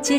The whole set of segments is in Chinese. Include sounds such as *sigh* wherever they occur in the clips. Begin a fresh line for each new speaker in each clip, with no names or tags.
接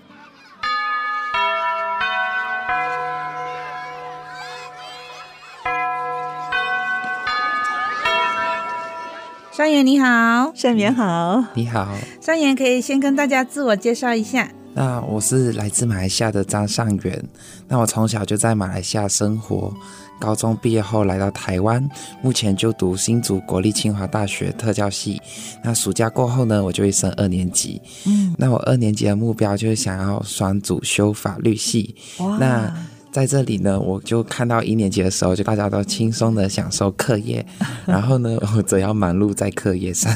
善元你好，
善元好，
你好，
善元可以先跟大家自我介绍一下。
那我是来自马来西亚的张尚元。那我从小就在马来西亚生活，高中毕业后来到台湾，目前就读新竹国立清华大学特教系。那暑假过后呢，我就会升二年级。
嗯，
那我二年级的目标就是想要双主修法律系。
哇
那在这里呢，我就看到一年级的时候，就大家都轻松的享受课业，然后呢，我则要忙碌在课业上，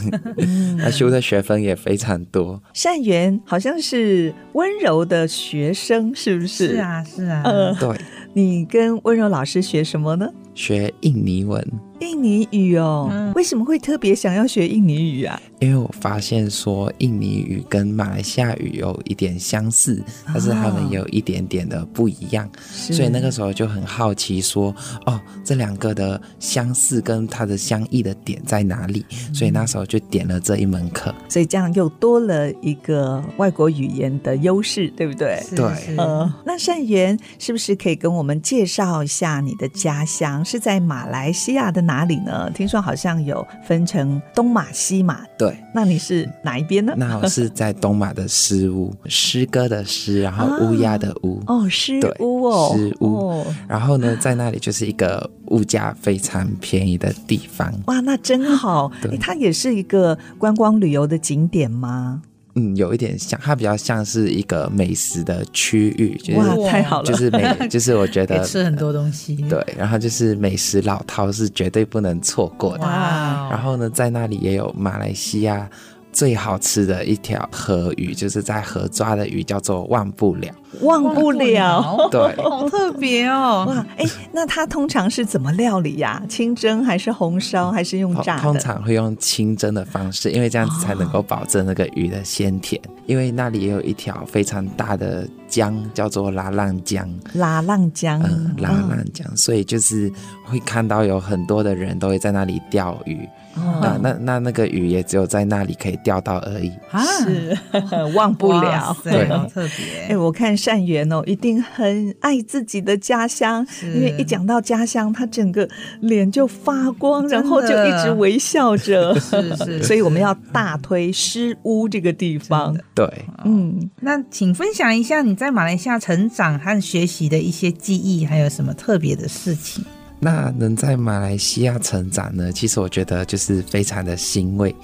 那修的学分也非常多。
善缘好像是温柔的学生，是不是？
是，啊，是啊，
呃，
对，
你跟温柔老师学什么呢？
学印尼文，
印尼语哦，
嗯
为什么会特别想要学印尼语啊？
因为我发现说印尼语跟马来西亚语有一点相似，但是他们也有一点点的不一样。所以那个时候就很好奇说，哦，这两个的相似跟它的相异的点在哪里？所以那时候就点了这一门课。
所以这样又多了一个外国语言的优势，对不对？
是
对
是
呃，那善缘是不是可以跟我们介绍一下你的家乡是在马来西亚的哪里呢？听说好像有分成东马、西马，
对，
那你是哪一边呢？
那我是在东马的诗屋，诗歌的诗，然后乌鸦的乌。
哦，诗
对
屋哦，
诗屋
哦，
然后呢，在那里就是一个物价非常便宜的地方。
哇，那真好！
*laughs* 对
诶它也是一个观光旅游的景点吗？
嗯，有一点像，它比较像是一个美食的区域，就是
哇，太好了！
就
*laughs*
是美，就是我觉
可以
得
吃很多东西。，
对，然后就是美食老饕是绝对不能错过的。
哇，哦
呃
然后呢，在那里也有马来西亚最好吃的一条河鱼，就是在河抓的鱼，叫做忘不
*laughs*
了。
忘不了。，
对
好特别哦。
哇，哎，那它通常是怎么料理呀、清蒸还是红烧，还是用
通
炸的？
通常会用清蒸的方式，因为这样子才能够保证那个鱼的鲜甜。因为那里也有一条非常大的江，叫做拉浪江，
拉浪江，
嗯，拉
嗯
浪江，所以就是会看到有很多的人都会在那里钓鱼。
哦
那那那那个鱼也只有在那里可以钓到而已。
啊，
是 *laughs* 呃忘不
哇
了。
塞
对
好特
哎、
别。
我看善缘哦，一定很爱自己的家乡，因为一讲到家乡，他整个脸就发光，然后就一直微笑着。
*laughs* 是
*laughs*
是，
所以我们
是
要大推诗屋这个地方。
哦
对，
嗯，
那请分享一下你在马来西亚成长和学习的一些记忆，还有什么特别的事情？
那能在马来西亚成长呢，其实我觉得就是非常的欣慰，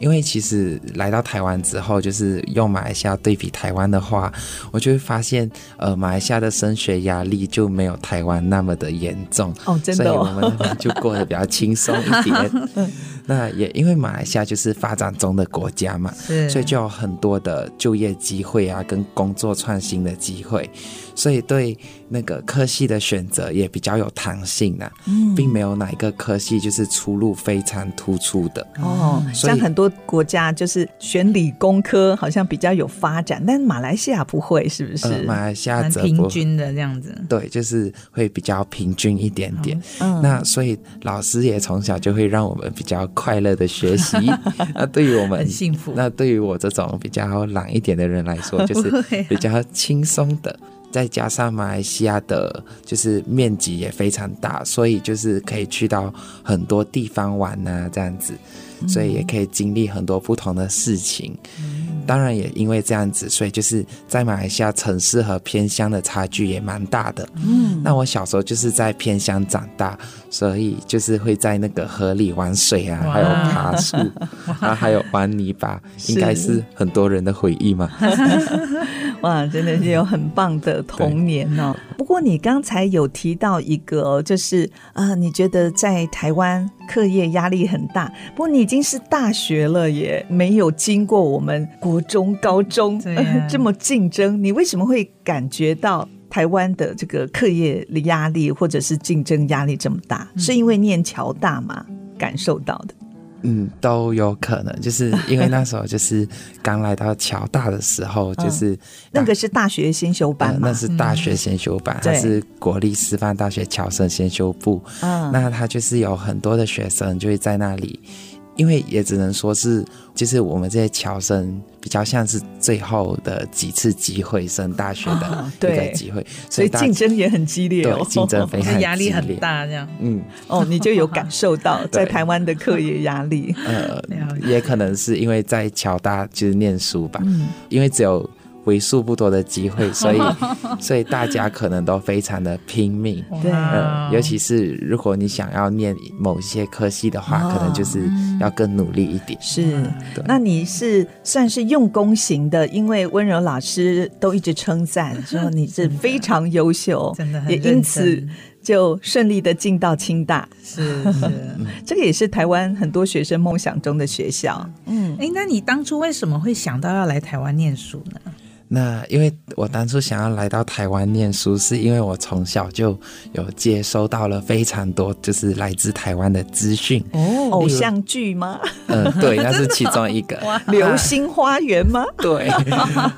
因为其实来到台湾之后，就是用马来西亚对比台湾的话，我就会发现，呃，马来西亚的升学压力就没有台湾那么的严重，
哦，真的
所以我
哦，
们那边就过得比较轻松一
*laughs*
点。那也因为马来西亚就是发展中的国家嘛，
是，
所以就有很多的就业机会啊，跟工作创新的机会，所以对那个科系的选择也比较有弹性啊，
嗯
并没有哪一个科系就是出路非常突出的。
哦，
嗯
所以
像很多国家就是选理工科好像比较有发展，但马来西亚不会，是不是？
呃，马来西亚
蛮
则
平
不
均的这样子。
对，就是会比较平均一点点。
嗯
那所以老师也从小就会让我们比较快乐的学
*laughs*
习。那对于我们
很幸福
那对于我这种比较懒一点的人来说，就
*laughs* 不
是
会啊
比较轻松的。再加上马来西亚的，就是面积也非常大，所以就是可以去到很多地方玩呐、这样子，所以也可以经历很多不同的事情。当然也因为这样子，所以就是在马来西亚城市和偏乡的差距也蛮大的。嗯，那我小时候就是在偏乡长大，所以就是会在那个河里玩水啊，
哇
还有爬树，然后还有玩泥巴，应该 *laughs* 是很多人的回忆嘛。
*laughs* 哇，真的是有很棒的童年哦。不过你刚才有提到一个哦，就是啊、呃你觉得在台湾课业压力很大，不过你已经是大学了耶，没有经过我们国中、高中、呃
对啊
这么竞争，你为什么会感觉到？台湾的这个课业的压力或者是竞争压力这么大，
嗯
是因为念侨大吗？感受到的
嗯，都有可能，就是因为那时候就是刚来到侨大的时候，就是
那个是大学先修
呃
嗯班嘛？嗯
那是大学先修班，它
对
是国立师范大学侨生先修部。
嗯
那他就是有很多的学生就会在那里，因为也只能说是，就是我们这些侨生比较像是最后的几次机会升大学的一个
哦对
机会，
所以
大家
竞争也很激烈哦
对，竞争非
就是
常
压力
激
很
烈。
大，这样
嗯，
哦，你就有感受
*laughs*
到在台湾的课业压力。
呃
了，解
嗯
也可能是因为在侨大就是念书吧，因为只有为数不多的机会，
*laughs*
所以所以大家可能都非常的拼命。
对
呃
哇，
尤其是如果你想要念某些科系的话，
哦
可能就是要更努力一点。
是
对，
那你是算是用功型的，因为温柔老师都一直称赞说你是非常优秀，
*laughs* 真的很
也
认真
因此就顺利的进到清大，
是是。
这个也是台湾很多学生梦想中的学校。嗯，
哎，那你当初为什么会想到要来台湾念书 *laughs* 呢？
那因为我当初想要来到台湾念书，是因为我从小就有接收到了非常多就是来自台湾的资讯。
哦，
偶像剧吗？
嗯，对，那是其中
*laughs*
一个。
流星花园吗？
嗯
*laughs* 对，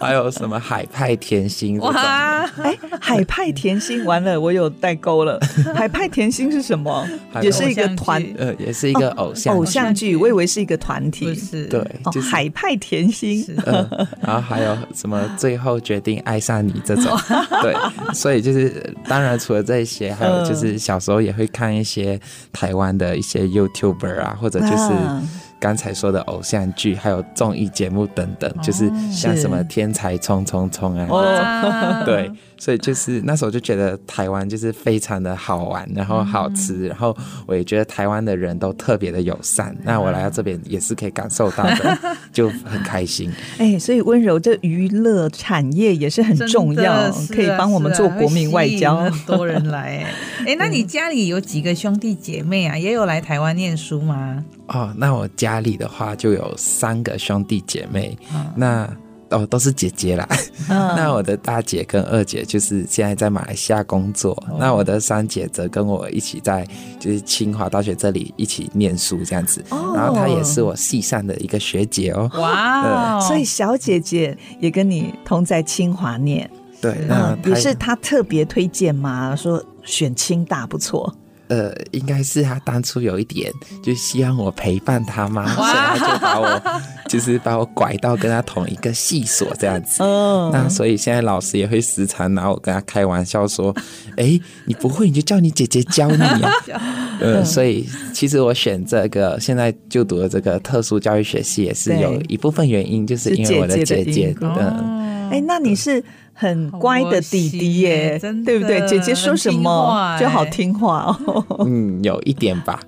还有什么海派甜心这种的。
哇，
哎，海派甜心，完了，我有代沟
*laughs*
了。海派甜心是什么？
海
也是一个
偶像剧
团
呃，也是一个偶像剧，
哦偶像剧，我以为是一个团
不
体。
是，
对，
哦，
就是、
海派甜心
是
嗯，然后还有什么最后决定爱上你这种， *laughs* 对，所以就是当然除了这些，还
嗯
有就是小时候也会看一些台湾的一些 YouTuber 啊，或者就是
啊
刚才说的偶像剧，还有综艺节目等等，就是像什么《天才冲冲冲》啊，
哦，
嗯
对，所以就是那时候就觉得台湾就是非常的好玩，然后好吃，然后我也觉得台湾的人都特别的友善。那我来到这边也是可以感受到的，就很开心。
*laughs* 哎，所以温柔这娱乐产业也是很
真的
重要，
是啊
可以帮我们做国民外交。
是啊会吸引很多人来
*laughs*
哎哎，那你家里有几个兄弟姐妹啊？也有来台湾念书吗？
哦，那我家里的话就有三个兄弟姐妹，那。哦，都是姐姐啦。 *laughs* 那我的大姐跟二姐就是现在在马来西亚工作，那我的三姐则跟我一起在就是清华大学这里一起念书这样子。
哦
然后她也是我系上的一个学姐哦。
哇哦，
*laughs* 所以小姐姐也跟你同在清华念，
对，那
嗯，
她
也是她特别推荐吗？说选清大不错，
呃，应该是他当初有一点就希望我陪伴他嘛，所以他就把我就是把我拐到跟他同一个系所这样子。那
嗯，
所以现在老师也会时常拿我跟他开玩笑说：“ *laughs* 哎，你不会你就叫你姐姐教你
*laughs*
啊。”呃，所以其实我选这个现在就读的这个特殊教育学系也是
对
有一部分原因，就是因为我的
是姐姐
姐
的
姐
因，果
嗯，
哎，那你是很乖的弟弟耶，
好窝心耶
对不对？
真的
姐姐说什么
很听话哎
就好听话哦。
嗯，有一点吧。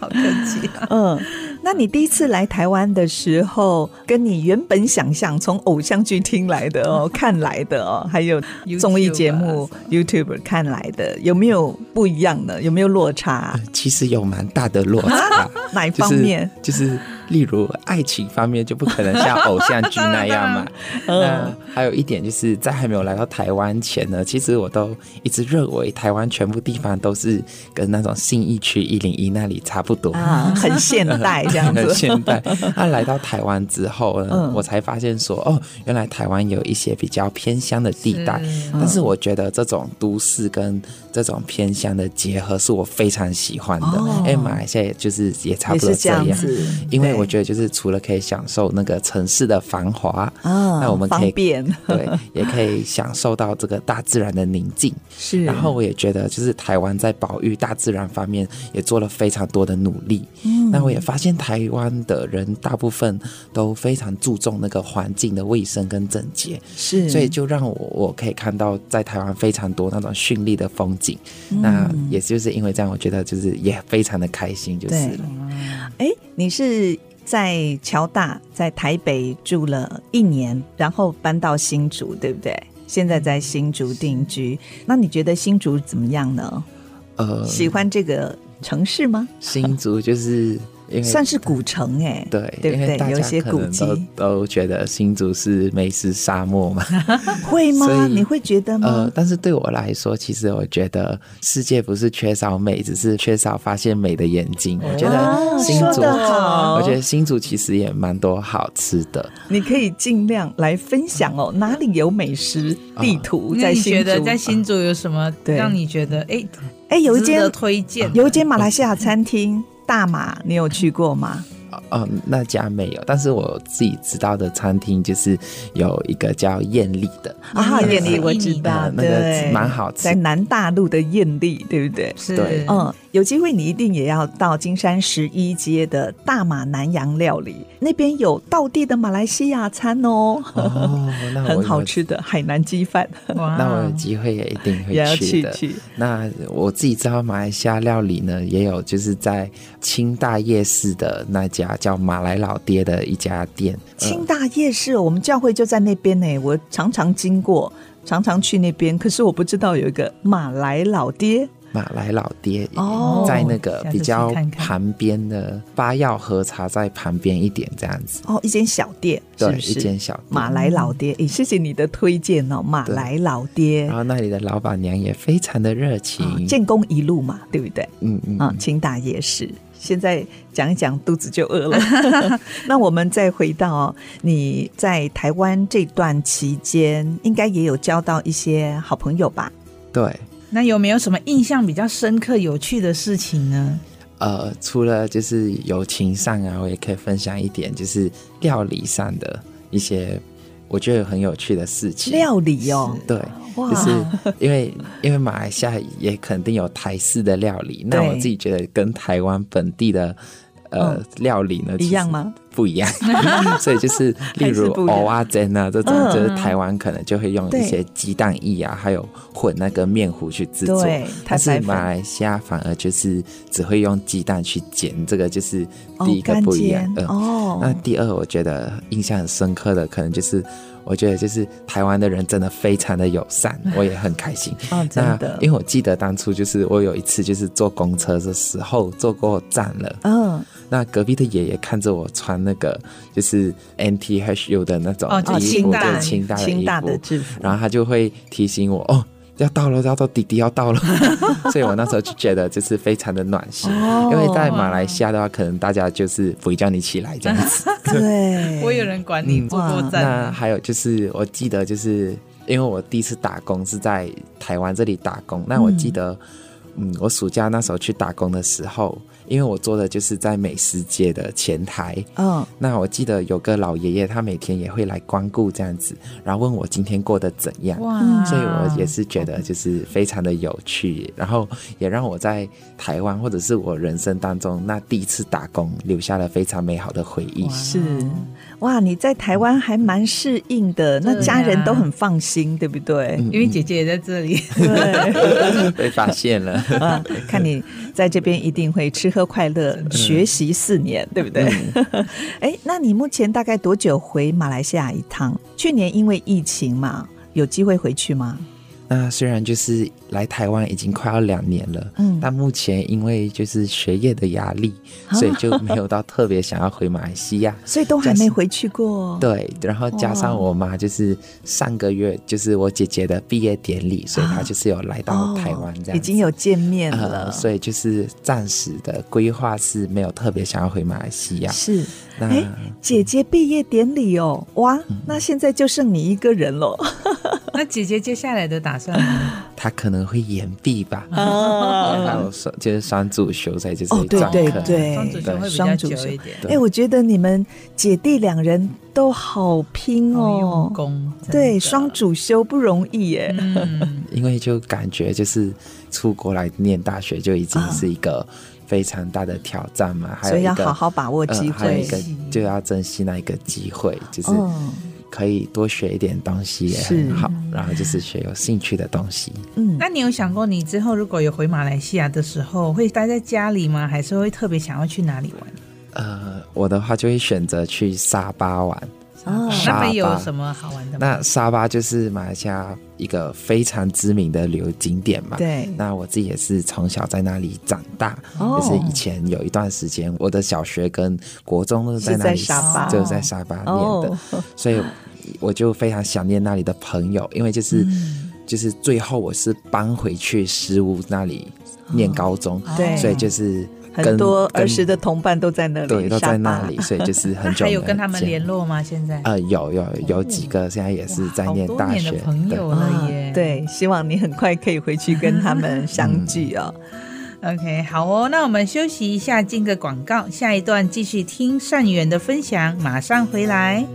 好客气啊！
嗯，那你第一次来台湾的时候，跟你原本想象从偶像剧听来的哦，看来的哦，还有
YouTube
综艺节目 YouTube 看来的，有没有不一样呢？有没有落差？，
其实有蛮大的落差
*laughs* 哪一
就
方面
是就是例如爱情方面就不可能像偶像剧那
*laughs*
样嘛。
嗯
那还有一点就是在还没有来到台湾前呢，其实我都一直认为台湾全部地方都是跟那种信义区一零一那里差不多。 *laughs*
啊，很现代这样 *laughs*
很
子。
现代。那来到台湾之后呢，
嗯
我才发现说，哦，原来台湾有一些比较偏乡的地带
是，
但是我觉得这种都市跟这种偏乡的结合是我非常喜欢的。
哦
因为马来西亚也就是也差不
也
多
是这样
样
子，
因为
对
我觉得就是除了可以享受那个城市的繁华。
啊，
那我们可
方
以
便
对，也可以享受到这个大自然的宁静。
是，
然后我也觉得，就是台湾在保育大自然方面也做了非常多的努力。
嗯
那我也发现台湾的人大部分都非常注重那个环境的卫生跟整洁，
是，
所以就让我我可以看到在台湾非常多那种绚丽的风景。那
嗯
也就是因为这样，我觉得就是也非常的开心，就是
对
了。
哎，你是在侨大，在台北住了一年，然后搬到新竹，对不对？现在在新竹定居，那你觉得新竹怎么样呢？
呃，
喜欢这个城市吗？
新竹就是因为
算是古城哎、
嗯对，
对
因
不
为
对？
大
有一
家
些
可
古
能
迹
都都觉得新竹是美食沙漠
*laughs*
嘛。
会吗？
所以
你会觉得
呃
吗，？
但是对我来说，其实我觉得世界不是缺少美，只是缺少发现美的眼睛。我觉
啊
得新
说
竹，
得好
我觉得新竹其实也蛮多好吃的。
你可以尽量来分享哦，哪里有美食地
啊
图
那
在
你
新
嗯觉
竹？
得在新竹有什么
对
让你觉得哎
哎，有一
值得
间
推荐的？
有一间马来西亚餐厅大马，你有去过吗？
哦、哦，那家没有，但是我自己知道的餐厅就是有一个叫艳丽
*laughs*
的，
啊，
嗯
艳丽
嗯
我知
嗯
道，
那个
对，
蛮好吃
在。南大陆的艳丽，对不对？
是
对
嗯，有机会你一定也要到金山十一街的大马南洋料理，那边有道地的马来西亚餐
*laughs*
哦，
哦，那我
很好
有
吃的海南鸡饭
哇
那我有机会也一定会
也要
去
去
的。
去。
那我自己知道马来西亚料理呢，也有就是在清大夜市的那家叫马来老爹的一家店。呃
清大夜市，我们教会就在那边呢，我常常经过，常常去那边，可是我不知道有一个马来老爹
马来老爹
哦
在那个
下次
比
去
较
看看
旁边的八药和茶在旁边一点这样子，
哦，一间小店，是
对，
不
一
是
间？嗯小店。
马来老爹，诶，谢谢你的推荐哦，马
对
来老爹
然。后那里的老板娘也非常的热情，
啊，建工一路嘛，对不对？
嗯嗯
啊
嗯，
清大夜市。现在讲一讲，肚子就饿
*laughs*
了。那我们再回到哦你在台湾这段期间，应该也有交到一些好朋友吧？
对。
那有没有什么印象比较深刻、有趣的事情呢？
呃，除了就是友情上啊，我也可以分享一点，就是料理上的一些我觉得很有趣的事情。
料理哦，
对，
哇
就是因为因为马来西亚也肯定有台式的料理，那
对
我自己觉得跟台湾本地的呃、
嗯
料理呢
一样？吗？
其实不一
*laughs*
样，所以就是
还
例
是
如
不一样
蚵啊煎啊这种，
嗯
就是台湾可能就会用
对
一些鸡蛋液啊，还有混那个面糊去制作。
对，它
但是
白
马
饭
来西亚反而就是只会用鸡蛋去煎，这个就是
哦
第一个
干
不一样
煎。
嗯，那
哦，
第二，我觉得印象很深刻的，可能就是我觉得就是台湾的人真的非常的友
*laughs*
善，我也很开心。
哦，
那
真的
因，为我记得当初就是我有一次就是坐公车的时候坐过站了，
嗯，
那隔壁的爷爷看着我穿那个就是 NT HU 的那种
哦
哦，
衣服，
清大
对清大的
清
衣
大的
服，
制
*laughs*
服，
然后他就会提醒我哦。要到了，要到弟弟要
*laughs*
到了，所以我那时候就觉得就是非常的暖心，
哦
因为在马来西亚的话，可能大家就是不会叫你起来这样子。 *laughs*
对，
我有人管你
嗯
坐过
那
站，
还有就是，我记得就是因为我第一次打工是在台湾这里打工，那我记得，嗯，我暑假那时候去打工的时候，因为我做的就是在美食街的前台，
嗯，
那我记得有个老爷爷，他每天也会来光顾这样子，然后问我今天过得怎样。
哇
所以我也是觉得就是非常的有趣，然后也让我在台湾或者是我人生当中那第一次打工留下了非常美好的回忆。
是
嗯
哇，你在台湾还蛮适应的，那
对
家人
呀
都很放心，对不对？
啊嗯
因为姐姐也在这里，
对，
被发现了。
啊，看你在这边一定会吃喝快乐，学习四年，对不对？ *laughs* 哎，那你目前大概多久回马来西亚一趟？去年因为疫情嘛，有机会回去吗？
那虽然就是来台湾已经快要两年了，
嗯
但目前因为就是学业的压力，
啊。
所以就没有到特别想要回马来西亚
*laughs* 所以都还没回去过。，
对，然后加上
哇
我妈就是上个月就是我姐姐的毕业典礼，所以她就是有来到台湾这样子、
哦已经有见面了，
呃，所以就是暂时的规划是没有特别想要回马来西亚。
是。
啊那嗯
哎，姐姐毕业典礼哦，哇，那现在就剩你一个人 *laughs* 喽。
*laughs* 那姐姐接下来的打算呢？
她可能会延毕吧，
啊
还有双就是双主修在就是
嗯 *laughs* 哦对
专
对
科
对
双主修会比较
双主
久
修
一点，
对
哎，我觉得你们姐弟两人都好拼
好用
哦，
功，真的
对，双，主修不容易耶。
嗯，
因为就感觉就是出国来念大学就已经是一个非常大的挑战嘛，还
啊所
有
以
一
要
个
好好把握机
呃还有
会
一。个就要珍惜那一个机会，就是
嗯
可以多学一点东西也
是
很好，然后就是学有兴趣的东西。
嗯，
那你有想过你之后如果有回马来西亚的时候，会待在家里吗？还是会特别想要去哪里玩？
呃，我的话就会选择去沙巴玩。
哦
那边有
沙巴
什么好玩的吗？
那沙巴就是马来西亚一个非常知名的旅游景点嘛。。
*laughs* 对，
那我自己也是从小在那里长大，
哦
就是以前有一段时间，我的小学跟国中都在那里，
是在沙巴
就是在沙巴念的，
哦
*laughs*
所以我就非常想念那里的朋友，因为就是、
嗯
就是最后我是搬回去石屋那里念高中，
哦
对
所以就是跟
很多
跟
儿时的同伴都在那里，
对都在那里，
沙
所以就是很
那
久
*laughs* 还
没
有跟他们
见
联。络吗？现在
呃，有有有几个现在也是在念
哇好
大
多
学
年的朋
嗯对
友
巴。
了
啊
耶。，
对，希望你很快可以回去跟他们相聚哦。
OK，好哦，那我们休息一下，进个广告，下一段继续听善缘的分享，马上回来。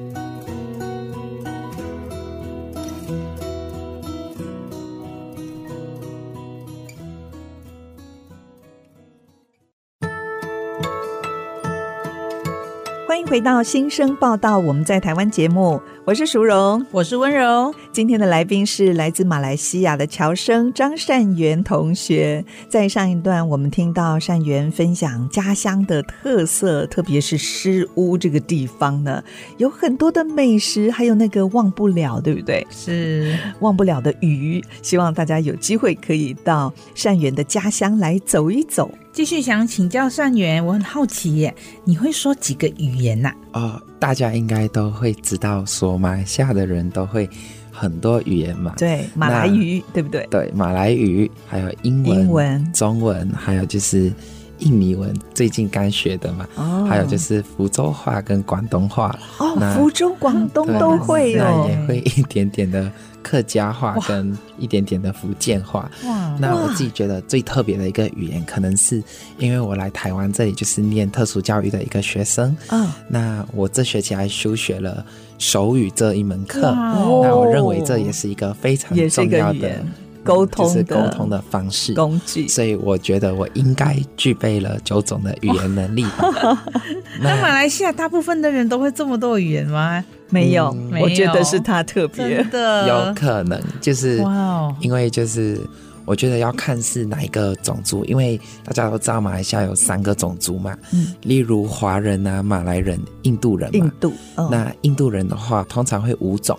欢迎回到新生报道，我们在台湾节目，我是淑荣。
我是温柔，
今天的来宾是来自马来西亚的侨生张善元同学。在上一段，我们听到善元分享家乡的特色，特别是诗屋这个地方呢，有很多的美食，还有那个忘不了，对不对？
是
忘不了的鱼。希望大家有机会可以到善元的家乡来走一走。
继续想请教善缘，我很好奇耶，你会说几个语言啊呐、
哦，大家应该都会知道，说马来西亚的人都会很多语言嘛，
对，马来
那
语，对不对？
对，马来语，还有英文、
英文
中文，还有就是印尼文，最近刚学的嘛，
哦
还有就是福州话跟广东话，
哦，
那
福州、广东
对
都会
那
哦
也。会一点点的客家话跟一点点的福建话。
哇，
嗯
那我自己觉得最特别的一个语言，可能是因为我来台湾这里就是念特殊教育的一个学生，
嗯，
那我这学期还修学了手语这一门课，
哇
哦
那我认为这也是一个非常
也是一
重
个
要
语
的
言沟
嗯就是
通的
沟通的方式。
工具
所以我觉得我应该具备了九种的语言能力吧。
*laughs*
那马来西亚大部分的人都会这么多语言吗？
没
嗯
有，
没
我觉得
有
是他特别
真的
有可能就是
哇哦，
因为就是我觉得要看是哪一个种族，因为大家都知道马来西亚有三个种族嘛，
嗯
例如华人啊、马来人、印度人
印
嘛。
度。嗯
那印度人的话，通常会五种，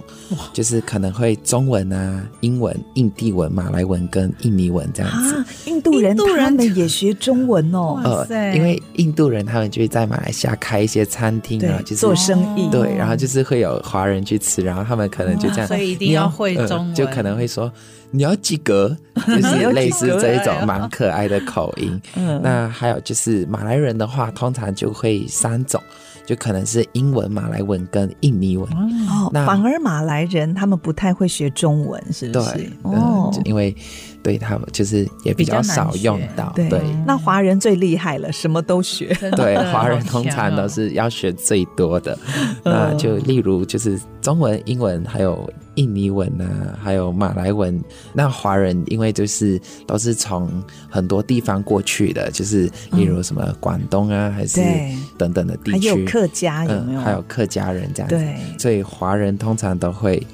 就是可能会中文啊、英文、印地文、马来文跟印尼文这样子。
啊，印度人
印度人
他们也学中文哦，
哇塞
呃，因为印度人他们就会在马来西亚开一些餐厅啊，
对，
就是
做生意，
对，然后就是会有华人去吃，然后他们可能就这样，
所以一定
你呃
要会中文
就可能会说你要及格，就
你要
是
及
类似
格
这一种蛮可爱的口
*laughs*
音。
嗯
那还有就是马来人的话，通常就会三种，就可能是英文、马来文跟印尼文。
啊
哦，
那
反而马来人他们不太会学中文，是不
对
是？，
嗯
哦，
就因为对他们就是也
比
比
较
较
难
少
学
用到，
对
对。
那华人最厉害了，什么都学。
真
*laughs*
的
对，
好
华人
强
通常
哦
都是要学最多的，
哦
那就例如就是中文、英文，还有印尼文啊，还有马来文。那华人因为就是都是从很多地方过去的，就是例如什么广东啊，还是
嗯对
等等的地
还
区，
有客家啊有没有？
嗯，还有客家人这样子，
对
所以华人通常都会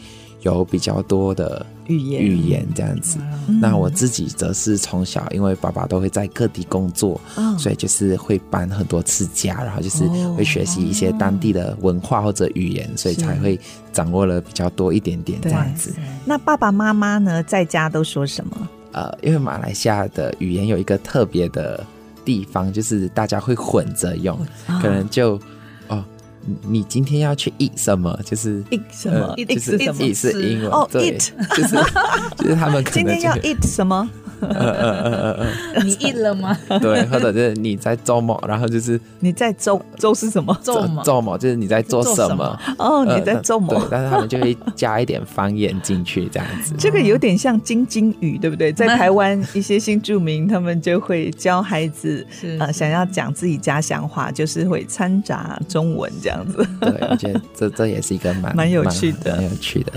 有比较多的
语言
语言这样子。
嗯
那我自己则是从小，因为爸爸都会在各地工作，
嗯哦
所以就是会搬很多次家，然后就是会学习一些当地的文化或者语言，所以才会掌握了比较多一点点这
对
样子。
那爸爸妈妈呢，在家都说什么？
呃，因为马来西亚的语言有一个特别的地方，就是大家会混着用，
啊
可能就哦，你你今天要去 eat 什么？就是。
eat 什么
呃
eat
就是
是什么
eat 是英文
哦
对
eat
就是
*laughs*
就是他们可
今
能
天
就
要
会
eat 什么？
你译了吗？
*laughs* 对，或者是你在周末，然
*laughs*
后就是
你在周周是什么？
咒吗？
周末，就是你在做
做
什
什
么
么？
哦，
呃
你在
那
周末。
对，但是他们就会加一点方言进去，这样子。
*laughs* 这个有点像京津语，对不对？在台湾一些新住民，他们就会教孩子
是
呃，
是
想要讲自己家乡话，就是会掺杂中文这样子。
对，我觉得这这也是一个蛮
蛮有趣的
蛮有趣的。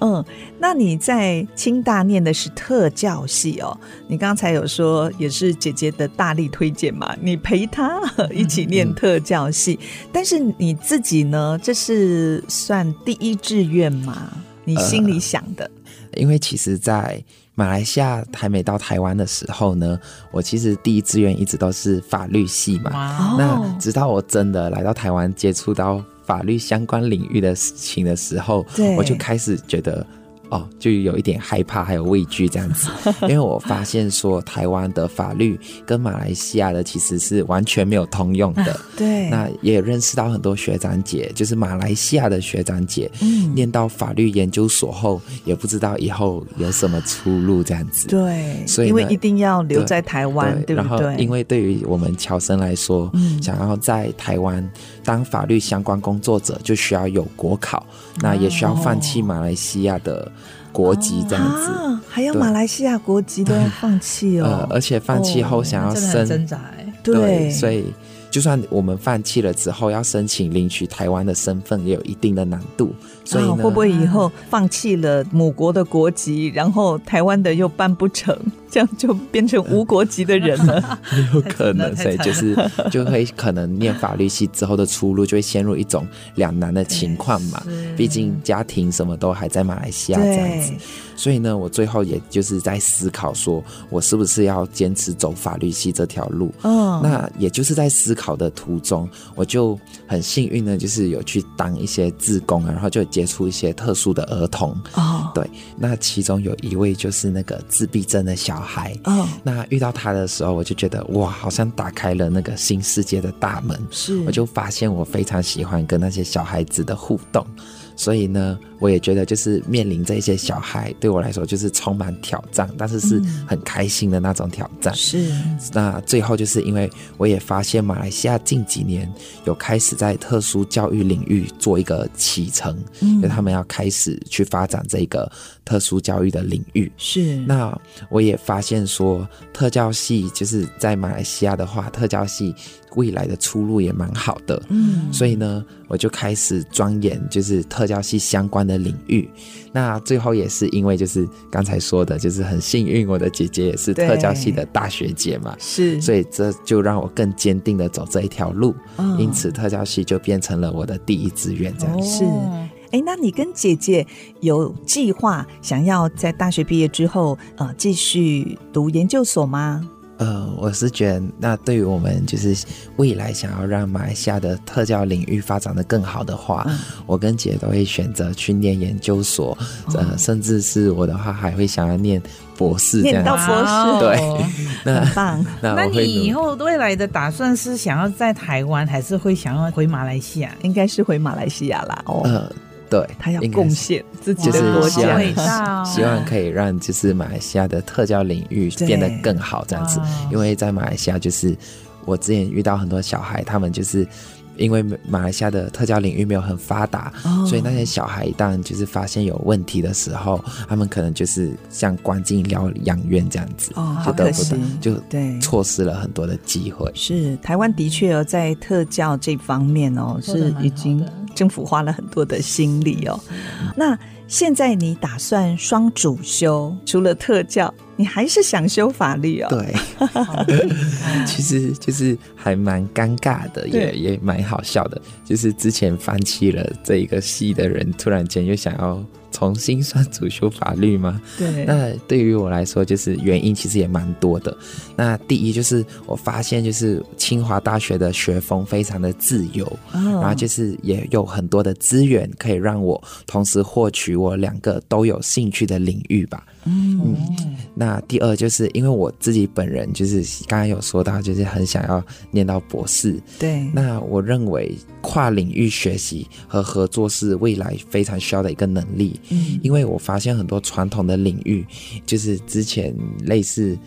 嗯，那你在清大念的是特教系哦，你刚才有说也是姐姐的大力推荐嘛，你陪她一起念特教系，但是你自己呢，这是算第一志愿吗？你心里想的，
因为其实，在马来西亚还没到台湾的时候呢，我其实第一志愿一直都是法律系嘛。
哦
*laughs* 哇，
那直到我真的来到台湾，接触到法律相关领域的事情的时候
对，
我就开始觉得。哦，就有一点害怕，还有畏惧这
*laughs*
样子，因为我发现说台湾的法律跟马来西亚的其实是完全没有通用的。
啊对
那也认识到很多学长姐，就是马来西亚的学长姐，
嗯
念到法律研究所后，也不知道以后有什么出路这样子。
对，
所以呢
因为一定要留在台湾，对
然
不
后
对？嗯
因为对于我们侨生来说，想要在台湾当法律相关工作者，就需要有国考，那也需要放弃马来西亚的国籍这样子。
啊，还有
对
马来西亚国籍都要放弃
*laughs* 呃
哦，，
而且放弃后想要
真的很挣
申，
扎哎、
对，所
以
以就算我们放弃了之后，要申请领取台湾的身份也有一定的难度。所以呢，
啊
嗯
会不会以后放弃了母国的国籍，然后台湾的又办不成， *laughs* 这样就变成无国籍的人
*laughs*
了？
有可能，
太惨
所以
了
就是就会可能念法律系之后的出路就会陷入一种两难的情况嘛。毕竟家庭什么都还在马来西亚这样子，
对，
所以呢，我最后也就是在思考说，我是不是要坚持走法律系这条路？
嗯，
那也就是在思考的途中，我就很幸运呢，就是有去当一些志工啊，然后就有接触一些特殊的儿童。
哦，
对，那其中有一位就是那个自闭症的小孩，
哦，
那遇到他的时候，我就觉得哇，好像打开了那个新世界的大门。
是，
我就发现我非常喜欢跟那些小孩子的互动，所以呢，我也觉得就是面临这些小孩，对我来说就是充满挑战，但是是很开心的那种挑战。
嗯是
那最后就是因为我也发现马来西亚近几年有开始在特殊教育领域做一个启程，
嗯
就他们要开始去发展这个特殊教育的领域。
是，
那我也发现说，特教系就是在马来西亚的话，特教系未来的出路也蛮好的。
嗯
所以呢，我就开始钻研就是特教系相关的领域。那最后也是因为就是刚才说的，就是很幸运，我的姐姐也是
对
特教系的大学姐嘛，
是，
所以这就让我更坚定的走这一条路。
嗯
因此，特教系就变成了我的第一志愿，这样子。
是哎，那你跟姐姐有计划想要在大学毕业之后，呃，继续读研究所吗？
呃，我是觉得，那对于我们就是未来想要让马来西亚的特教领域发展的更好的话，我跟姐都会选择去念研究所，呃，甚至是我的话还会想要念博士这
念
样
到
子。
博士，
对
哦
那
很
*laughs*
棒。
那
那
我会
你以
努
后未来的打算是想要在台湾，还是会想要回马来西亚？
应该是回马来西亚啦。哦，
呃，对，
他要
应该
贡
是。
献自己
就
的
是
国
哇
希
好
望
伟
家。
大哦
*laughs* 希望可以让就是马来西亚的特教领域
对
变得更好这样子
哇，
因为在马来西亚就是我之前遇到很多小孩，他们就是。因为马来西亚的特教领域没有很发达，
哦
所以那些小孩一旦就是发现有问题的时候，他们可能就是像关进疗养院这样子，
哦，
就
好
得
可
不
惜
到，就
对。
错失了很多的机会。
是台湾的确哦，在特教这方面哦，
做得
是
蛮好的
已经政府花了很多的心力哦。
嗯
那现在你打算双主修，除了特教，你还是想修法律哦？
对，
*laughs*
其实就是还蛮尴尬的，也
对
也蛮好笑的。就是之前放弃了这一个系的人，突然间又想要重新算主修法律吗？
对
那对于我来说，就是原因其实也蛮多的。那第一就是我发现，就是清华大学的学风非常的自由，
哦
然后就是也有很多的资源可以让我同时获取我两个都有兴趣的领域吧。嗯，那第二就是因为我自己本人就是刚刚有说到，就是很想要念到博士。
对，
那我认为跨领域学习和合作是未来非常需要的一个能力，
嗯
因为我发现很多传统的领域，就是之前类似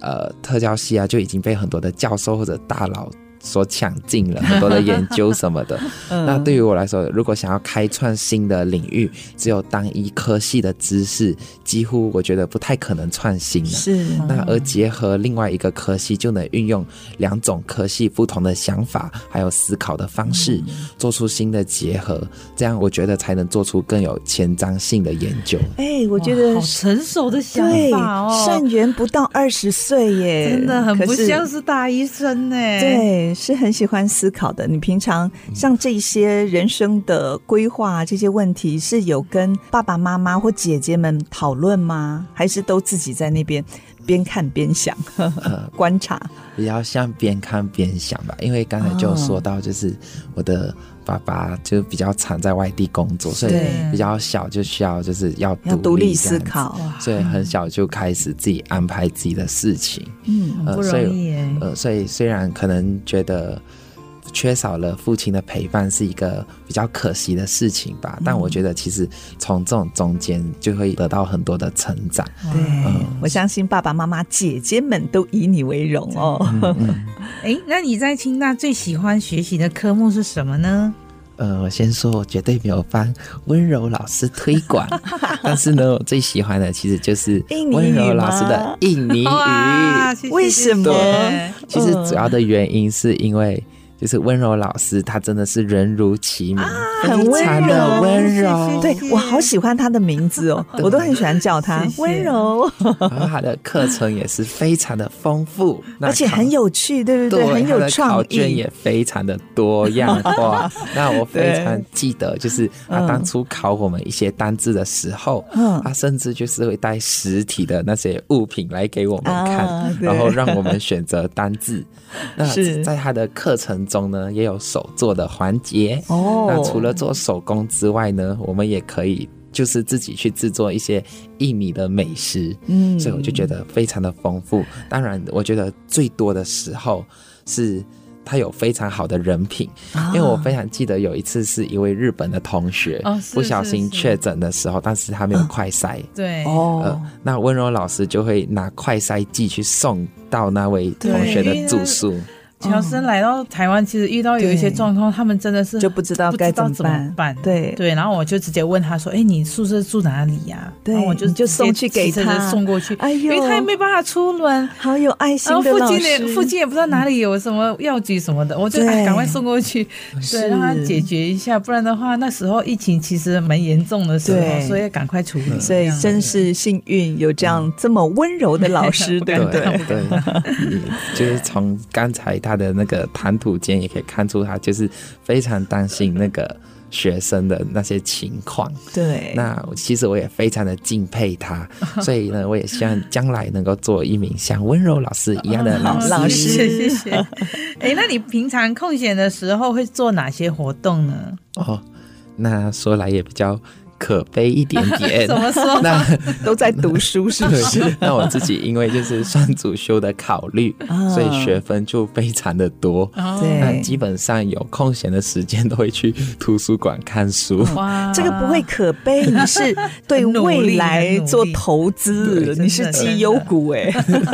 呃特教系啊，就已经被很多的教授或者大佬所抢尽了很多的研究
*laughs*
什么的。
嗯
那对于我来说，如果想要开创新的领域，只有单一科系的知识，几乎我觉得不太可能创新啊了、
是
嗯
那而结合另外一个科系，就能运用两种科系不同的想法，还有思考的方式，做出新的结合，这样我觉得才能做出更有前瞻性的研究。
哎，我觉得
哇好成熟的想
对
法哦，
善缘不到二十岁耶，
真的很不
可是
像是大医生呢。，
对，是很喜欢思考的。你平常像这些人生的规划这些问题，是有跟爸爸妈妈或姐姐们讨论吗？还是都自己在那边边看边想、 *laughs*
嗯
观察？
比较像边看边想吧，因为刚才就有说到，就是我的爸爸就比较常在外地工作，所以
对
比较小就需要就是要
要独立
这
思
样子，
考，
所以很小就开始自己安排自己的事情。
嗯，
很不
所以
容易耶。
呃，所以虽然可能觉得缺少了父亲的陪伴是一个比较可惜的事情吧，但我觉得其实从这种中间就会得到很多的成长。
对，我相信爸爸妈妈、姐姐们都以你为荣哦。
嗯
哎，那你在清大最喜欢学习的科目是什么呢？
呃，我先说，我绝对没有帮温柔老师推
*laughs*
广，但是呢，我最喜欢的其实就是
印尼
温
语
柔老师
吗
的印尼
哇
语。
谢谢
为
谢谢
什么
其实主要的原因是因为，就是温柔老师她真的是人如其名，
啊很
非常的温柔。
*laughs* 对我好喜欢他的名字
*laughs*
哦，我都很喜欢叫他
谢谢
温柔，哦
然后她的课程也是非常的丰富，那
而且
考
很有趣，对不
对，
很
他
有
的
创
考卷
意
也。非常的多样
*laughs*
化。那我非常
对
记得，就是
嗯
啊，当初考我们一些单字的时候，
嗯
他甚至就是会带实体的那些物品来给我们看，
啊对
然后让我们选择单
*laughs*
字。那
是
在他的课程中呢，也有手做的环节。
哦
那除了做手工之外呢，我们也可以。就是自己去制作一些印尼的美食，
嗯
所以我就觉得非常的丰富。当然，我觉得最多的时候是他有非常好的人品，
啊
因为我
啊
非常记得有一次是一位日本的同学、
哦是
不小
是
心
是
确诊的时候，但是他没有快筛，
对，
哦
呃，，那温柔老师就会拿快筛剂去送到那位同学的住宿。
乔生来到台湾，其实遇到有一些
对
状况，他们真的是
就不知道
不
该
知道
怎
怎
么
么
办
办。
对
对，然后我就直接问他说：“哎，你宿舍住哪里呀？”
对
然后我就
你就
直接
送去给
骑车就
他
送过去，
哎
因
呦
为他也没办法出门。
好有爱
然
心
后
的
呃附
老
近
师，
也附近也不知道哪里有什么药局什么的，我就哎
对
赶快送过去，
是
对，让他解决一下，不然的话那时候疫情其实蛮严重的时候，
对
所以赶快处理。
所以
这样
真是幸运有这样这么温柔的老师，对不对？
对，嗯就是从刚才他的那个谈吐间也可以看出，他就是非常担心那个学生的那些情况。
对，
那我其实我也非常的敬佩
*laughs*
他，所以呢，我也希望将来能够做一名像温柔老师一样的老师。
哦老师
谢谢谢谢。
*laughs*
哎，那你平常空闲的时候会做哪些活动呢？
哦，那说来也比较可悲一点
*laughs*
点
怎。么说？
那
都在读书，是不是？
对那我自己因为就是双主修的考虑，
啊
所以学分就非常的多。
哦
那
对，
基本上有空闲的时间都会去图书馆看书。
哦
哇，
这个不会可悲，你是对
很努
未
力很
来
努力
做投资
对，
你是
真的
绩优股哎，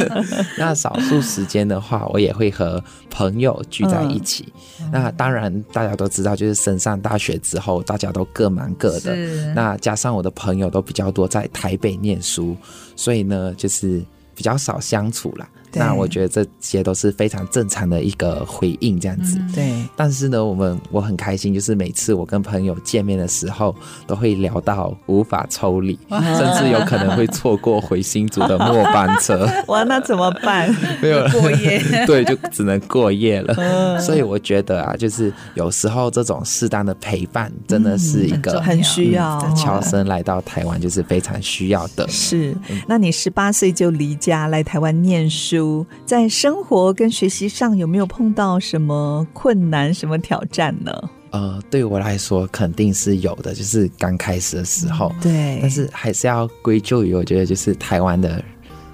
*laughs* 那少数时间的话，我也会和朋友聚在一起。
嗯
那当然，大家都知道，就是升上大学之后，大家都各忙各的。
是
那加上我的朋友都比较多在台北念书，所以呢，就是比较少相处啦。
对
那我觉得这些都是非常正常的一个回应，这样子。
*laughs* 对，
但是呢，我们我很开心，就是每次我跟朋友见面的时候，都会聊到无法抽离，甚至有可能会错过回新竹的末班车，
*laughs* 哇，那怎么办？
没有了
过夜
*laughs* 对，就只能过夜
嗯
了。所以我觉得啊，就是有时候这种适当的陪伴，真的是一个
嗯
很需要啊
嗯乔生来到台湾就是非常需要
*laughs*
的。
是，嗯那你十八岁就离家来台湾念书，在生活跟学习上有没有碰到什么困难、什么挑战呢？
呃，对我来说肯定是有的，就是刚开始的时候，
嗯对
但是还是要归咎于我觉得就是台湾的。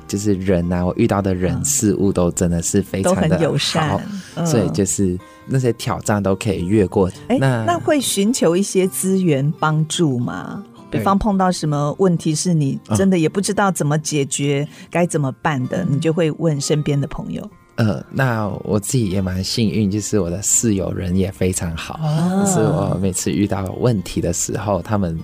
就是人啊，我遇到的人事物都真的是非
都
常
很
的
友善嗯
好，，所以就是那些挑战都可以越过。
哎，那会寻求一些资源帮助吗？比
对
方碰到什么问题是你真的也不知道怎么解决、该怎么办的，你就会问身边的朋友。
呃，那我自己也蛮幸运，就是我的室友人也非常好，
哦
就是我每次遇到问题的时候，他们。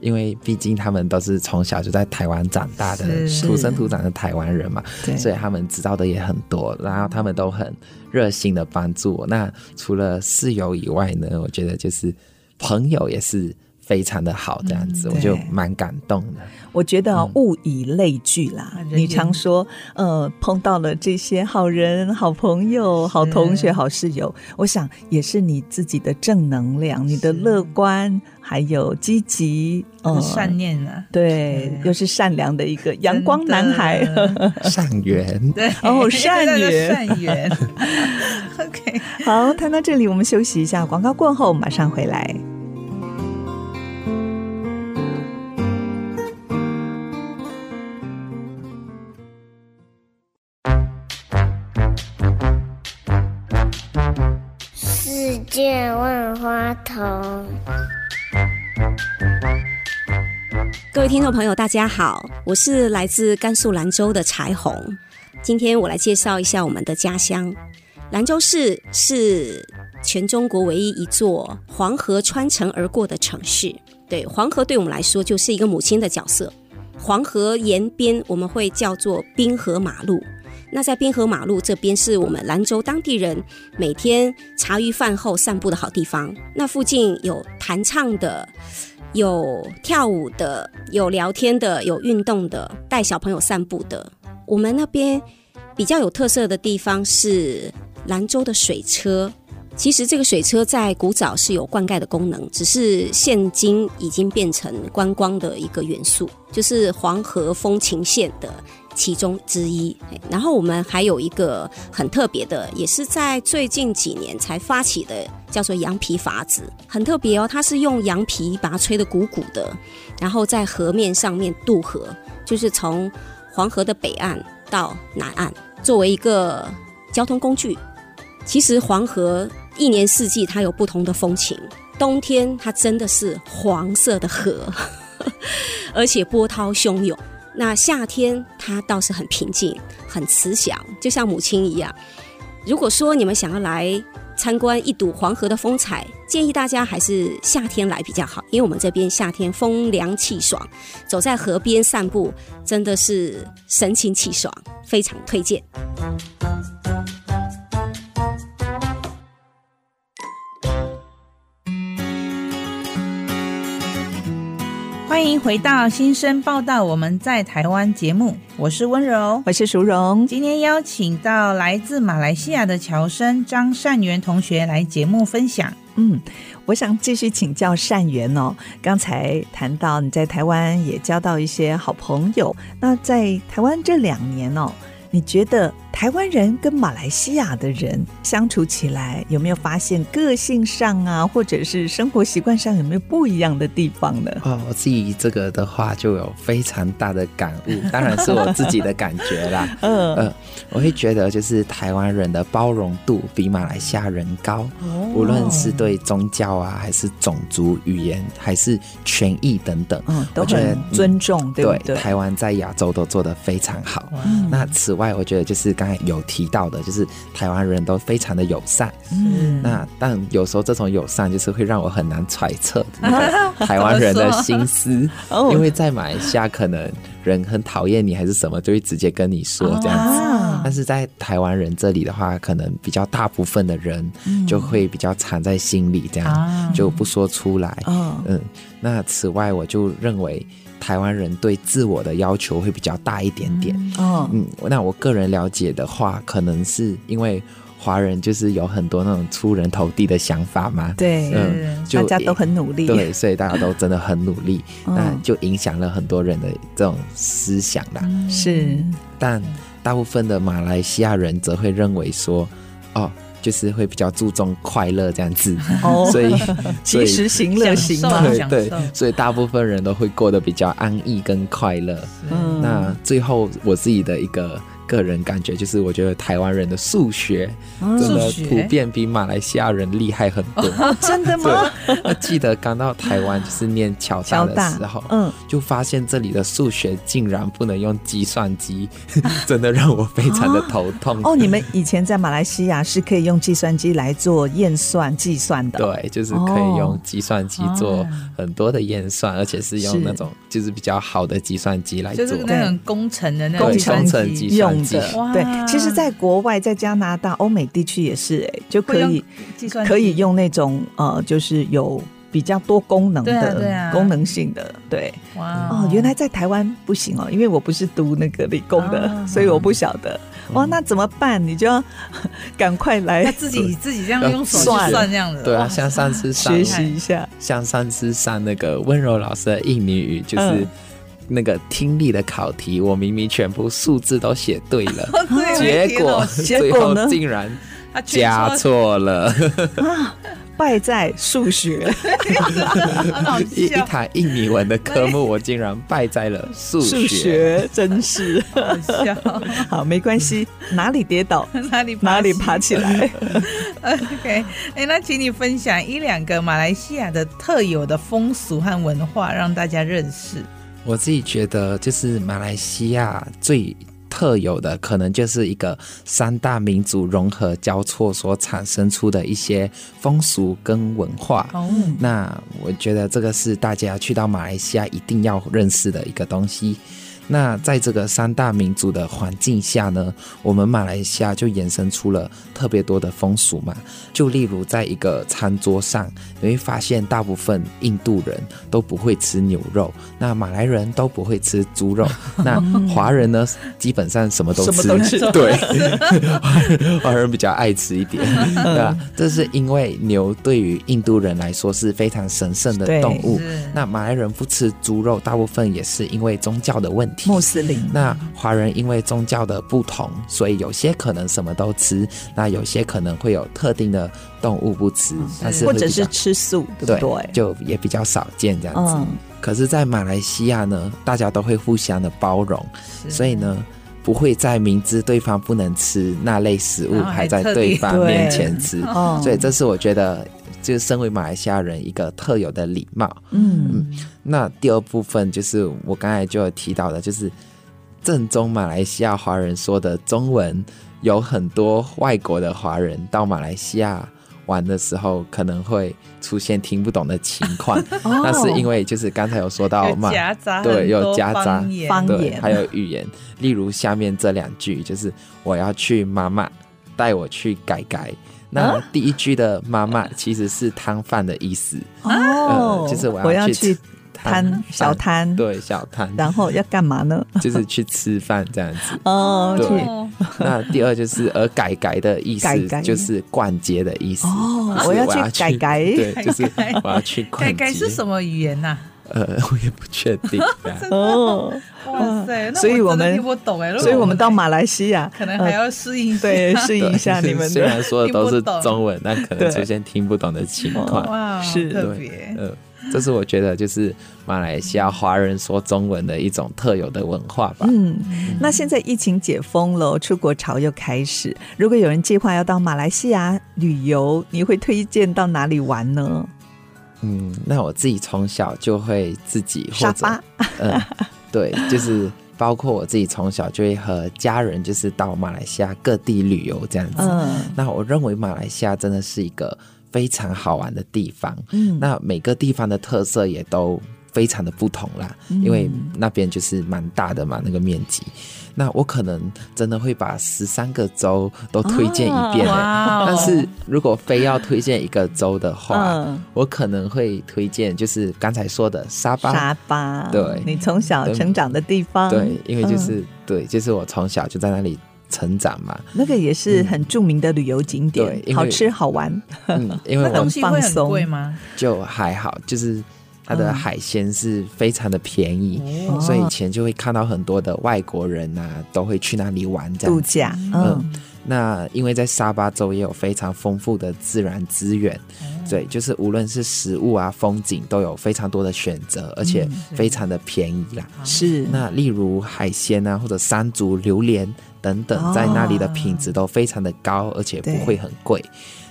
因为毕竟他们都是从小就在台湾长大的，
是
土生土长的台湾人嘛，
对
所以他们知道的也很多，然后他们都很热心的帮助我。那除了室友以外呢，我觉得就是朋友也是非常的好，这样子、
嗯
我就
对
蛮感动的。
*laughs* 我觉得、啊、物以类聚啦。
啊人
你
言
常说，呃，碰到了这些好人、好朋友、好同学、好室友，我想也是你自己的正能量，你的乐观，还有积极，
很
呃，
善念啊，
对，
对
又是善良的一个阳光男孩。
真的
善缘，
*laughs* 对，
哦善缘
善缘。OK，
好，谈到这里，我们休息一下，广告过后马上回来。
世界万花筒。
各位听众朋友，大家好，我是来自甘肃兰州的柴红。今天我来介绍一下我们的家乡，兰州市是全中国唯一一座黄河穿城而过的城市。对，黄河对我们来说就是一个母亲的角色。黄河沿边我们会叫做滨河马路。那在滨河马路这边是我们兰州当地人每天茶余饭后散步的好地方。那附近有弹唱的，有跳舞的，有聊天的，有运动的，带小朋友散步的。我们那边比较有特色的地方是兰州的水车。其实这个水车在古早是有灌溉的功能，只是现今已经变成观光的一个元素，就是黄河风情线的其中之一。哎然后我们还有一个很特别的，也是在最近几年才发起的，叫做羊皮筏子，很特别哦。它是用羊皮把它吹得鼓鼓的，然后在河面上面渡河，就是从黄河的北岸到南岸，作为一个交通工具。其实黄河一年四季它有不同的风情，冬天它真的是黄色的河， *laughs* 而且波涛汹涌。那夏天它倒是很平静、很慈祥，就像母亲一样。如果说你们想要来参观一睹黄河的风采，建议大家还是夏天来比较好，因为我们这边夏天风凉气爽，走在河边散步真的是神清气爽，非常推荐。
欢迎回到新生报道，我们在台湾节目，我是温柔。
我是淑荣，
今天邀请到来自马来西亚的侨生张善元同学来节目分享。
嗯，我想继续请教善缘哦。刚才谈到你在台湾也交到一些好朋友，那在台湾这两年哦，你觉得台湾人跟马来西亚的人相处起来，有没有发现个性上啊，或者是生活习惯上有没有不一样的地方呢？
哇，哦我自己这个的话就有非常大的感
*laughs*
悟，当然是我自己的感觉啦。
嗯，
呃，我会觉得就是台湾人的包容度比马来西亚人高，
哦
无论是对宗教啊，还是种族、语言，还是权益等等，
嗯，都
我觉得
很尊重，对不对？
台湾在亚洲都做得非常好。
嗯
那此外，我觉得就是刚才有提到的，就是台湾人都非常的友善。
嗯
那但有时候这种友善就是会让我很难揣测那
*laughs*
个台湾人的心思，
哦
因为在马来西亚可能人很讨厌你还是什么，就会直接跟你说哦这样子。
啊
但，是在台湾人这里的话，可能比较大部分的人
嗯
就会比较藏在心里，这样、
啊
就不说出来。
哦，
嗯，那此外，我就认为台湾人对自我的要求会比较大一点点。
哦，
嗯，那我个人了解的话，可能是因为华人就是有很多那种出人头地的想法嘛，
对，
嗯，
大
就
家都很努力，
对，所以大家都真的很努力，
*laughs* 嗯
那就影响了很多人的这种思想啦。
嗯是，
但大部分的马来西亚人则会认为说，哦，就是会比较注重快乐这样子，
哦，
所
*laughs*
以所
及
以
时行乐行
*laughs* 享受
嘛，
啊
对对
享受，
所以大部分人都会过得比较安逸跟快乐。
嗯
那最后我自己的一个个人感觉就是，我觉得台湾人的数学真
数
的
学
普遍比马来西亚人厉害很多。
真的吗？
对，我记得刚到台湾就是念侨大
乔
的
大
*laughs*
时候，，
嗯，
就发现这里的数学竟然不能用计算机， *laughs* 真的让我非常的头
*laughs*
痛。
哦，你们以前在马来西亚是可以用计算机来做验算计算的，，
对，就是可以
哦
用计算机
哦
做很多的验算，而且是
是
用那种就是比较好的计算机来
就
做。
是那种工程的那种
工
计算
程
机
层级计算
用
机
的
哇。
对，其实，在国外，在加拿大、欧美地区也是、哎，就可
会用
以
计算机
可以用那种呃，就是有比较多功能的、
对啊对啊
功能性的，对。
哇
哦，原来在台湾不行哦，因为我不是读那个理工的，
哦
所以我不晓得。
嗯
哇，那怎么办？你就要 *laughs* 赶快
他
来
自
*laughs*
己自己这样
要
用手去
算
算这样子，
对啊，
哇
像上次上
学习一下。
像上次上那个温柔老师的印尼语，就是
嗯
那个听力的考题，我明明全部数字都写对
*laughs*
了，
对
*laughs* 结
天
果
哦
结
最
果
后
呢
竟然
他去
加
*laughs*
错了，
败在数学，
很好
*laughs* 一一
笑，
堂印尼文的科目，我竟然败在了数
数学真是
*laughs*
好笑，
好，没关系，
嗯
哪里跌
*laughs*
倒
*laughs* 哪里
哪里
起
爬起来。
OK，哎，那请你分享一两个马来西亚的特有的风俗和文化，让大家认识。
我自己觉得，就是马来西亚最特有的，可能就是一个三大民族融合交错所产生出的一些风俗跟文化。
哦，
那我觉得这个是大家去到马来西亚一定要认识的一个东西。那在这个三大民族的环境下呢，我们马来西亚就衍生出了特别多的风俗嘛。就例如在一个餐桌上，你会发现大部分印度人都不会吃牛肉，那马来人都不会吃猪肉，那华人呢，基本上什么都吃，
什么都吃
*laughs* 对，华人华人比较爱吃一点，对吧？这是因为牛对于印度人来说是非常神圣的
对
动物，
是
那马来人不吃猪肉，大部分也是因为宗教的问题。
穆斯林
那华人因为宗教的不同，所以有些可能什么都吃，那有些可能会有特定的动物不吃，但是
或
会比
者是
较
吃素，对
对
不对？
就也比较少见这样子。
嗯，
可是，在马来西亚呢，大家都会互相的包容，所以呢，不会在明知对方不能吃那类食物，
啊
然后还
还在
特地
对方
对
面前吃。
*laughs* 哦
所以，这是我觉得，就是身为马来西亚人一个特有的礼貌。
嗯，
那第二部分就是我刚才就有提到的，就是正宗马来西亚华人说的中文，有很多外国的华人到马来西亚玩的时候，可能会出现听不懂的情
*laughs*
况。那
哦
是因为就是刚才有说到
有
嘛，
夹杂很多
对，有夹杂
方言
方
对，
言
还有语言，例如下面这两句，就是我要去妈妈带我去改改。那
啊
第一句的妈妈其实是摊贩的意思，
哦
呃，就是
我要去摊小
摊
摊，
对小摊，
然后要干嘛呢？。
就是去吃饭这样子
哦，
对
去
哦
那第二就是“而改改”的意思
改改
就是逛街的意思。
哦
就是
我
我
要去
去
改改
对，
*laughs*
就是
改改
我要去逛
改
街。
改是什么语言啊呐？
呃，我也不确
*laughs*
定。
*laughs* 哦，
*laughs*
哇塞，那
所以我
真的
们
听不懂哎，如果
所以我们到马来西
*laughs*
亚
可能还
呃
要适应一下
对适应一下
对
你们
*laughs* 虽
的 *laughs*
然说的都是啊
听不懂
中文，但可能
对哦
出现听不懂的情况。
哇，
是
特
对
别
呃，这是我觉得就是马来西亚华人说中文的一种特有的文化吧。
嗯，那现在疫情解封了，出国潮又开始。如果有人计划要到马来西亚旅游，你会推荐到哪里玩呢？
嗯，那我自己从小就会自己或
沙
者
巴，
嗯，对，就是包括我自己从小就会和家人就是到马来西亚各地旅游这样子。
嗯
那我认为马来西亚真的是一个非常好玩的地方，
嗯，
那每个地方的特色也都非常的不同啦，
嗯
因为那边就是蛮大的嘛，那个面积。那我可能真的会把十三个州都推荐一遍、欸
哇哦
但是如果非要推荐一个州的话，
嗯
我可能会推荐就是刚才说的沙巴，
沙巴，
对
你从小成长的地方，
对，因为就
嗯
是、对，就是我从小就在那里成长嘛，
那个也是很著名的旅游景
嗯对
点，
因为
好吃好玩，
嗯，因为
那
我
东西会
很放
很
松
贵吗？
就还好，就是它的海鲜是非常的便宜，
哦
所以以前就会看到很多的外国人呐、啊、都会去那里玩这
度
样子。
假，嗯，
那因为在沙巴州也有非常丰富的自然资源，对，就是无论是食物啊、风景都有非常多的选择，而且非常的便宜啦。
是
那例如海鲜啊，或者山竹、榴莲等等，在那里的品质都非常的高，而且不会很贵。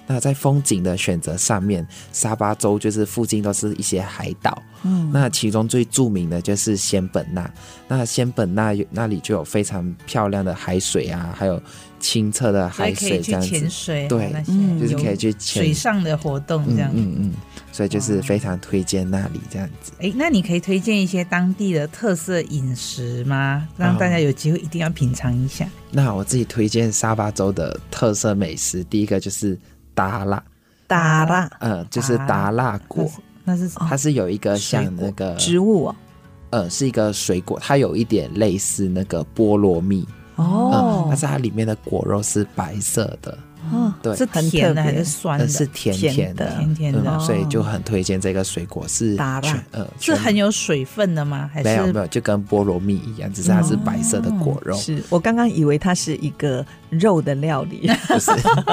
那在风景的选择上面，沙巴州就是附近都是一些海岛，嗯，那其中最著名的就是仙本那。那仙本那有那里就有非常漂亮的海水啊，还有清澈的
所
海
以可以
水这
去
样
潜
子，
水啊，
对
那些
嗯
就是可以
有
去
水
潜，
上的活动这
嗯
样。
嗯嗯，所以就是非常推荐那里这样子。
哎，那你可以推荐一些当地的特色饮食吗？让大家有机会一定要品尝一下。
那我自己推荐沙巴州的特色美食，第一个就是达拉，
达拉
呃，就是达拉果，
哦那是什
哦
么
它是有一个像那个
植物哦
呃，是一个水果，它有一点类似那个菠萝蜜，呃，但
哦，
是它里面的果肉是白色的，
嗯
对，
是
很
甜的
特别
还是酸的？
呃是甜
甜的
的，
甜甜的
嗯
哦
所以就很推荐这个水果是
达拉
全呃
是
全
很有水分的吗？还是
没有没有，就跟菠萝蜜一样，只是它是白色的果肉，
哦是我刚刚以为它是一个肉的料
*laughs*
理，
就是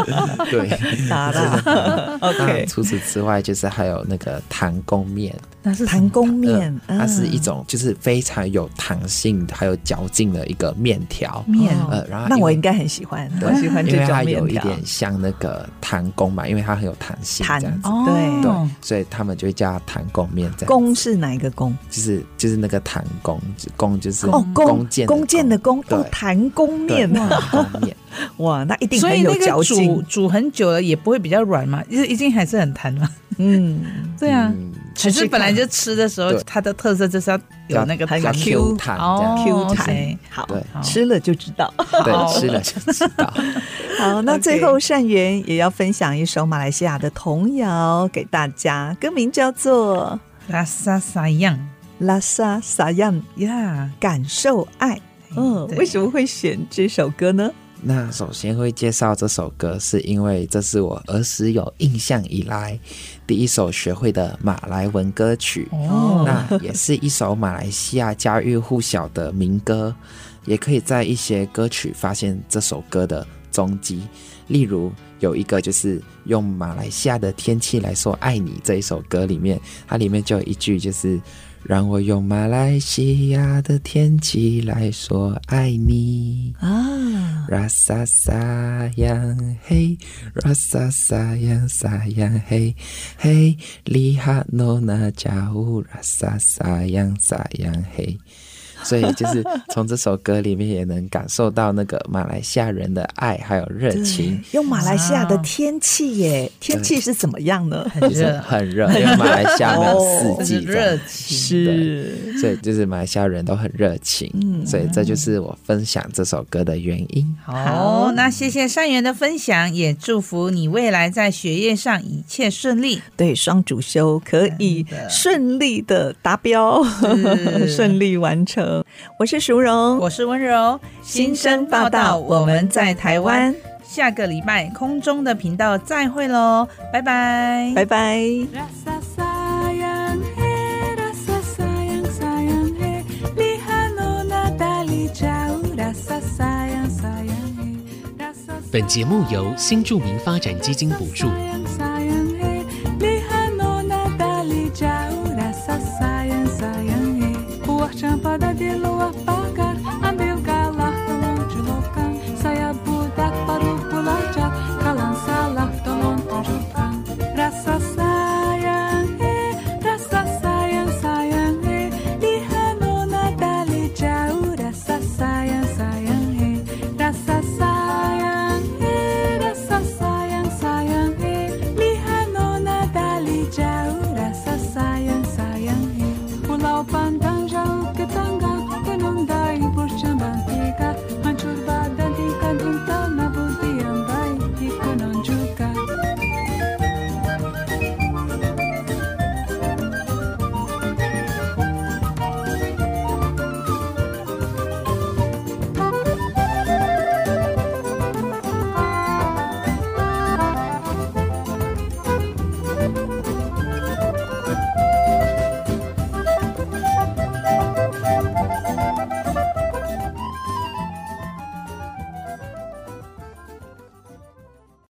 *laughs*
对。
达拉
那
*laughs* ，OK，
除此之外，就是还有那个糖弓面，
那是什么
弹弓面，
呃它嗯是
嗯
一种就是非常有弹性还有嚼劲的一个面条。
面
哦
呃，然后
那
因
我
为
应该很喜欢，
对
我喜欢
因
这
为它
种面
有一
条
点点像那个弹弓嘛，因为它很有弹性，
弹
这样子，
哦，
对
对，所以他们就会叫它弹弓面这样。
嗯弓是哪一个弓？
就是就是那个弹弓，弓就是
哦，弓
弓箭
弓箭的弓，
对
哦，弹弓面， *laughs*
对弹弓面，
哇，那一定
所
很
以
有
那
嚼
个煮
劲，
煮很久了也不会比较软嘛，一一定还是很弹嘛。
嗯，
对啊，
嗯
只是本来就吃的时候
对，
它的特色就是要有那个
要
弹
要 Q 弹这样
哦
子
Q 弹
OK
好
对，
好
吃了就知道。
好
对，吃了就知
*laughs*
道。
好，那
OK
最后善缘也要分享一首马来西亚的童谣给大家，歌名叫做
拉萨萨样
《拉萨萨样
呀，
感受爱》。嗯，
对
为什么会选这首歌呢？
那首先会介绍这首歌，是因为这是我儿时有印象以来第一首学会的马来文歌曲。
哦
那也是一首马来西亚家喻户晓的民歌，也可以在一些歌曲发现这首歌的踪迹。例如有一个就是用马来西亚的天气来说“爱你”这一首歌里面，它里面就有一句就是“让我用马来西亚的天气来说爱你”。
啊，
拉萨萨扬嘿，拉萨萨扬萨扬嘿，嘿，里哈诺那加乌拉萨萨扬萨扬嘿。所以就是从这首歌里面也能感受到那个马来西亚人的爱还有热情，
用马来西亚的
哇
天气耶，天气是怎么样呢？
很
就是
热，
很热，因为马来西亚没有
这是
四季这样
热情。
对，所以就是马来西亚人都很热情，
嗯
所以这就是我分享这首歌的原因。
好，那谢谢善缘的分享，也祝福你未来在学业上一切顺利。
对，双主修可以
真的
顺利的达标，
是
*laughs* 顺利完成。我是淑荣，
我是温柔，
新生报道，我们在台湾，，
下个礼拜空中的频道再会喽，拜拜，
拜拜。
Rasa sayang, hey, rasa sayang, sayang, hey. Lihat nona dari jauh, rasa sayang, sayang, hey. Rasa
本节目由新著名发展基金补助
sayang, sayang,
eh. eh. eh.